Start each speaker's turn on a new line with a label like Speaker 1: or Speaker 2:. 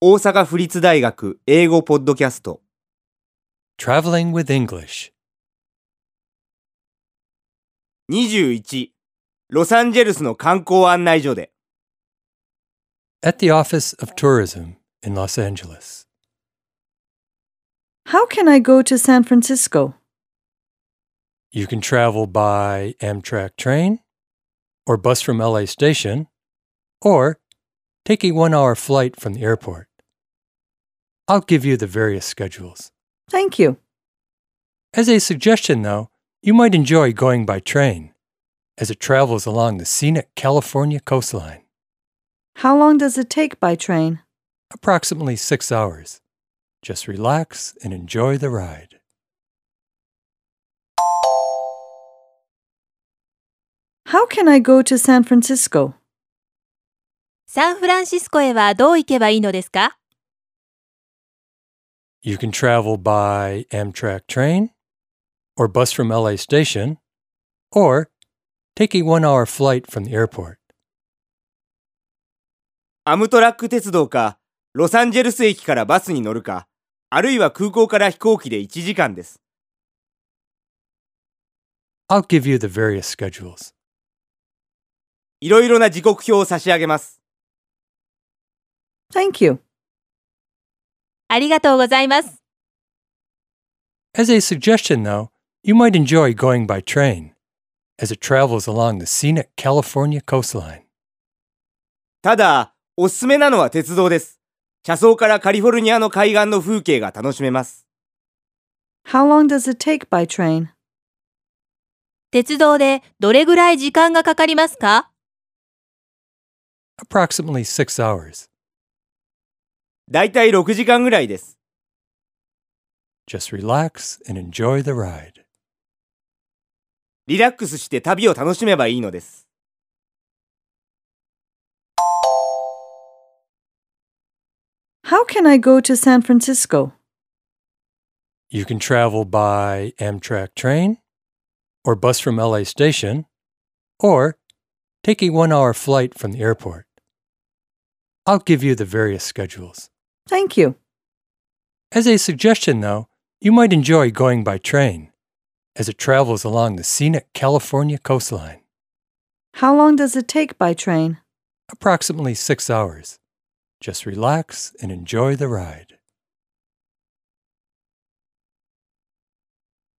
Speaker 1: 大阪府立大学英語ポッドキャスト
Speaker 2: Traveling with English.
Speaker 1: 21ロサンゼルスの観光案内所で
Speaker 2: At the Office of Tourism in Los Angeles.
Speaker 3: How can I go to San Francisco?
Speaker 2: You can travel by Amtrak train or bus from LA station or take a one hour flight from the airport. I'll give you the various schedules.
Speaker 3: Thank you.
Speaker 2: As a suggestion, though, you might enjoy going by train as it travels along the scenic California coastline,
Speaker 3: How long does it take by train?
Speaker 2: approximately six hours. Just relax and enjoy the ride.
Speaker 3: How can I go to San Francisco?
Speaker 4: サンフランシスコへはどう行けばいいのですか
Speaker 2: You can travel by Amtrak train or bus from LA station or take a one hour flight from the airport.
Speaker 1: アムトラック鉄道かロサンゼルス駅からバスに乗るかあるいは空港から飛行機で1時間です
Speaker 2: I'll give you the various schedules.
Speaker 1: いろいろな時刻表を差し上げます
Speaker 3: Thank you.
Speaker 4: ありがとうございます。
Speaker 2: As a suggestion, though, you might enjoy going by train as it travels along the scenic California coastline.
Speaker 1: ただおすすめなのは鉄道です車窓からカリフォルニアの海岸の風景が楽しめます
Speaker 3: How long does it take by train?
Speaker 4: 鉄道でどれぐらい時間がかかりますか
Speaker 2: Approximately six hours.
Speaker 1: だいたい6時間ぐらいです
Speaker 2: Just relax and enjoy the ride.
Speaker 1: リラックスして旅を楽しめばいいのです
Speaker 3: How can I go to San Francisco?
Speaker 2: You can travel by Amtrak train or bus from LA station or take a one hour flight from the airport. I'll give you the various schedules.
Speaker 3: Thank you.
Speaker 2: As a suggestion, though, you might enjoy going by train as it travels along the scenic California coastline,
Speaker 3: How long does it take by train?
Speaker 2: approximately six hours. Just relax and enjoy the ride.